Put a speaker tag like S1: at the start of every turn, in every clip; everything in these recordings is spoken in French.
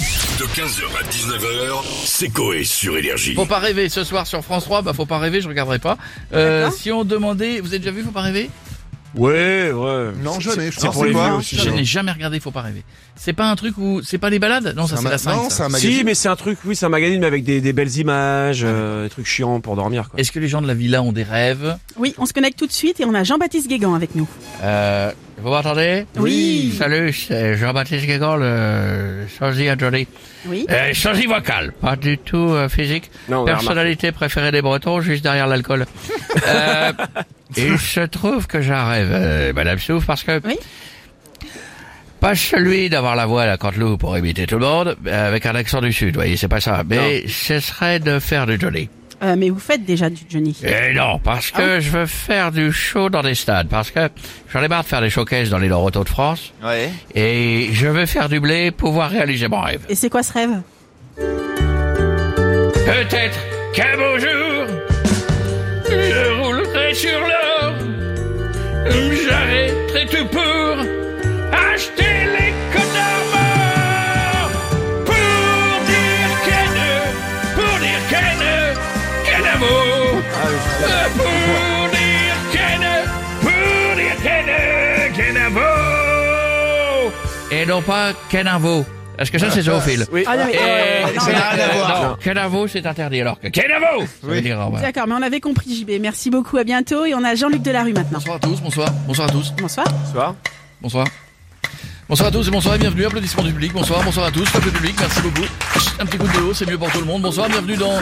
S1: De 15h à 19h, c'est Coé sur Énergie.
S2: Faut pas rêver ce soir sur France 3, bah faut pas rêver, je regarderai pas. Euh, si on demandait, vous avez déjà vu Faut pas rêver
S3: Ouais, ouais.
S4: Non, je n'ai, je
S3: C'est
S4: pense
S3: pour
S4: que
S3: les
S4: quoi
S3: vieux aussi,
S2: Je
S3: ça.
S2: n'ai jamais regardé Faut pas rêver. C'est pas un truc où c'est pas les balades Non, ça c'est
S4: un
S2: la
S4: ma- non,
S2: 5.
S4: c'est un magazine.
S3: Si, mais c'est un truc, oui, c'est un magazine, mais avec des, des belles images, euh, des trucs chiants pour dormir, quoi.
S2: Est-ce que les gens de la villa ont des rêves
S5: Oui, on se connecte tout de suite et on a Jean-Baptiste Guégan avec nous.
S2: euh, Vous m'entendez
S5: Oui.
S2: Salut, c'est Jean-Baptiste Guégan, le sosie Anthony.
S5: Oui.
S2: Euh, sosie vocal, pas du tout euh, physique.
S3: Non, on a
S2: Personnalité préférée des Bretons, juste derrière l'alcool. euh, il se trouve que j'ai un rêve, euh, Madame Souf, parce que...
S5: Oui.
S2: Pas celui d'avoir la voix à la Canteloup pour imiter tout le monde, euh, avec un accent du Sud, voyez, c'est pas ça. Mais ce serait de faire du Johnny.
S5: Euh, mais vous faites déjà du Johnny.
S2: Et non, parce que je veux faire du show dans des stades, parce que j'en ai marre de faire des showcases dans les Lorotos de France,
S4: Ouais.
S2: et je veux faire du blé pour pouvoir réaliser mon rêve.
S5: Et c'est quoi ce rêve
S2: Peut-être qu'un beau jour, je roulerai sur l'or, j'arrêterai tout pour acheter les cotards morts. Pour dire qu'un nœud, pour dire qu'un nœud, qu'un amour. Euh, Pour dire qu'un nœud, pour dire qu'un nœud, qu'un amour. Et non pas qu'un avou. Parce que ça, c'est zoophile.
S3: Oui.
S5: Ah non, mais-
S2: Et-
S5: non,
S2: c'est-
S5: mais-
S4: rien à
S2: euh,
S4: voir.
S2: non, Kenavo, c'est interdit. Alors que Kenavo, ça veut dire au revoir.
S5: D'accord, mais on avait compris JB. Merci beaucoup, à bientôt. Et on a Jean-Luc Delarue maintenant.
S2: Bonsoir à tous, bonsoir, bonsoir à tous,
S5: Bonsoir.
S3: Bonsoir.
S2: bonsoir. Bonsoir à tous et bonsoir et bienvenue. Applaudissements du public, bonsoir, bonsoir à tous. Top le public, merci beaucoup. Chut, Un petit coup de haut, c'est mieux pour tout le monde. Bonsoir, bienvenue dans,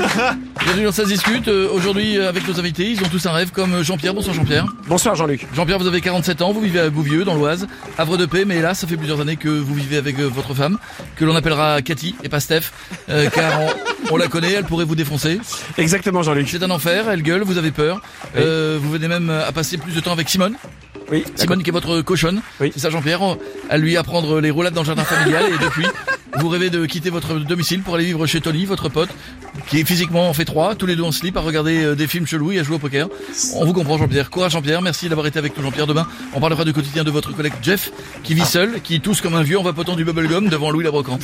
S2: bienvenue dans Ça se discute. Euh, Aujourd'hui, euh, avec nos invités, ils ont tous un rêve comme euh, Jean-Pierre. Bonsoir Jean-Pierre.
S3: Bonsoir, Jean-Luc.
S2: Jean-Pierre, vous avez 47 ans, vous vivez à Bouvieux, dans l'Oise, havre de paix, mais hélas, ça fait plusieurs années que vous vivez avec euh, votre femme, que l'on appellera Cathy et pas Steph, euh, car on- on la connaît, elle pourrait vous défoncer.
S3: Exactement, Jean-Luc.
S2: C'est un enfer, elle gueule, vous avez peur.
S3: Oui.
S2: Euh, vous venez même à passer plus de temps avec Simone.
S3: Oui.
S2: Simone qui est votre cochonne.
S3: Oui.
S2: C'est ça Jean-Pierre, on- à lui apprendre les roulades dans le jardin familial et depuis, vous rêvez de quitter votre domicile pour aller vivre chez Tony, votre pote, qui est physiquement en fait trois, tous les deux en slip, à regarder euh, des films chelous et à jouer au poker. On vous comprend Jean-Pierre. Courage Jean-Pierre, merci d'avoir été avec nous Jean-Pierre. Demain, on parlera du quotidien de votre collègue Jeff, qui vit seul, qui tousse comme un vieux en vapotant du bubblegum devant Louis Labrocante.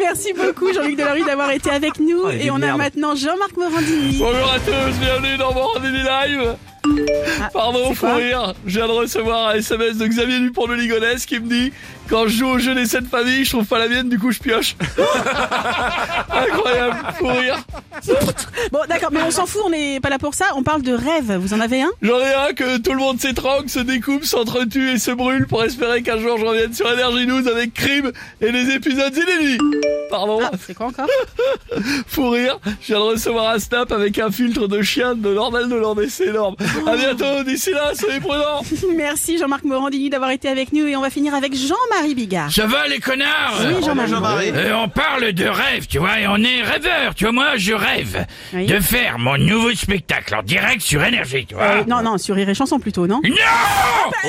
S5: Merci beaucoup, Jean-Luc Delarue, d'avoir été avec nous.
S3: Oh, il est
S5: et on a
S3: merde.
S5: maintenant Jean-Marc Morandini.
S6: Bonjour à tous, bienvenue dans mon rendez-vous live. Pardon
S5: Ah, c'est
S6: pour
S5: quoi
S6: rire, je viens de recevoir un SMS de Xavier Dupont de Ligonnès qui me dit Quand je joue au jeu des 7 familles, je trouve pas la mienne, du coup je pioche. Incroyable, pour rire.
S5: Bon, d'accord, mais on s'en fout, on n'est pas là pour ça. On parle de rêve. Vous en avez un
S6: J'en ai un que tout le monde s'étrangle, se découpe, s'entretue et se brûle pour espérer qu'un jour je revienne sur Energy News avec Crime et les épisodes inédits. Pardon.
S5: Ah, c'est quoi encore
S6: Fou rire, je viens de recevoir un snap avec un filtre de chien de Normal Hollandais, c'est énorme.
S5: Oh.
S6: À bientôt, d'ici là, soyez prudents.
S5: Merci Jean-Marc Morandini d'avoir été avec nous. Et on va finir avec Jean-Marie Bigard.
S2: Ça va les connards
S5: Oui, Jean-Marie.
S2: Euh, on parle de rêve, tu vois, et on est rêveur, tu vois. Moi, je rêve
S5: Oui.
S2: de faire mon nouveau spectacle en direct sur énergie, tu vois.
S5: Euh, non, non, sur Rire et Chanson plutôt, non
S2: Non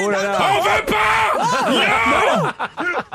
S3: Oh là là.
S2: On veut pas Ah.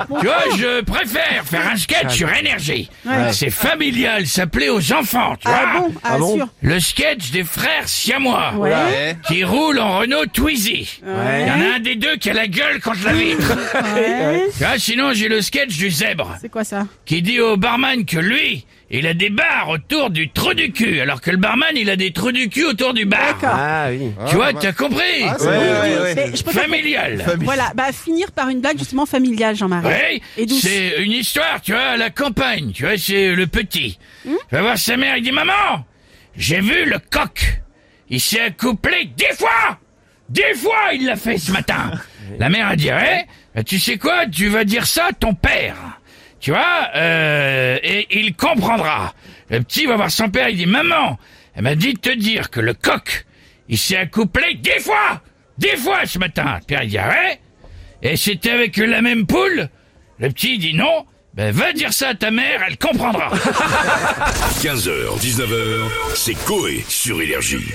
S2: Non Tu vois, je préfère faire un sketch sur énergie. Ah,
S5: Ouais.
S2: C'est familial, ça plaît aux enfants, tu vois.
S5: Ah bon Ah,
S3: Ah bon
S5: sûr
S2: Le sketch des frères siamois
S5: Ouais.
S2: qui roulent en Renault Twizy. Il y en
S5: Hein
S3: Ouais.
S2: a un des deux qui a la gueule contre la vitre.
S5: ouais.
S2: tu vois, sinon j'ai le sketch du zèbre.
S5: C'est quoi ça
S2: qui dit au barman que lui, il a des barres autour du trou du cul, alors que le barman, il a des trous du cul autour du bar.
S5: D'accord.
S3: Ah oui.
S2: Tu vois, t'as compris
S4: Ah, c'est
S3: Ouais,
S4: bon.
S3: ouais,
S5: Mais je préfère-
S2: Familial.
S5: Voilà, bah finir par une blague justement familiale, Jean-Marie.
S2: Oui,
S5: Et douce.
S2: c'est une histoire, tu vois, à la campagne, tu vois, c'est euh, le petit. Tu vas voir sa mère, il dit, maman, j'ai vu le coq. Il s'est accouplé dix fois Dix fois, il l'a fait ce matin. La mère a dit, Eh, ben, tu sais quoi, tu vas dire ça à ton père. Tu vois, euh, et il comprendra. Le petit va voir son père, il dit, maman, elle m'a dit de te dire que le coq, il s'est accouplé dix fois Dix fois ce matin. Le père, il dit, eh, ouais et c'était avec la même poule Le petit dit non. Ben va dire ça à ta mère, elle comprendra.
S1: 15h, 19h, c'est Coé sur Énergie.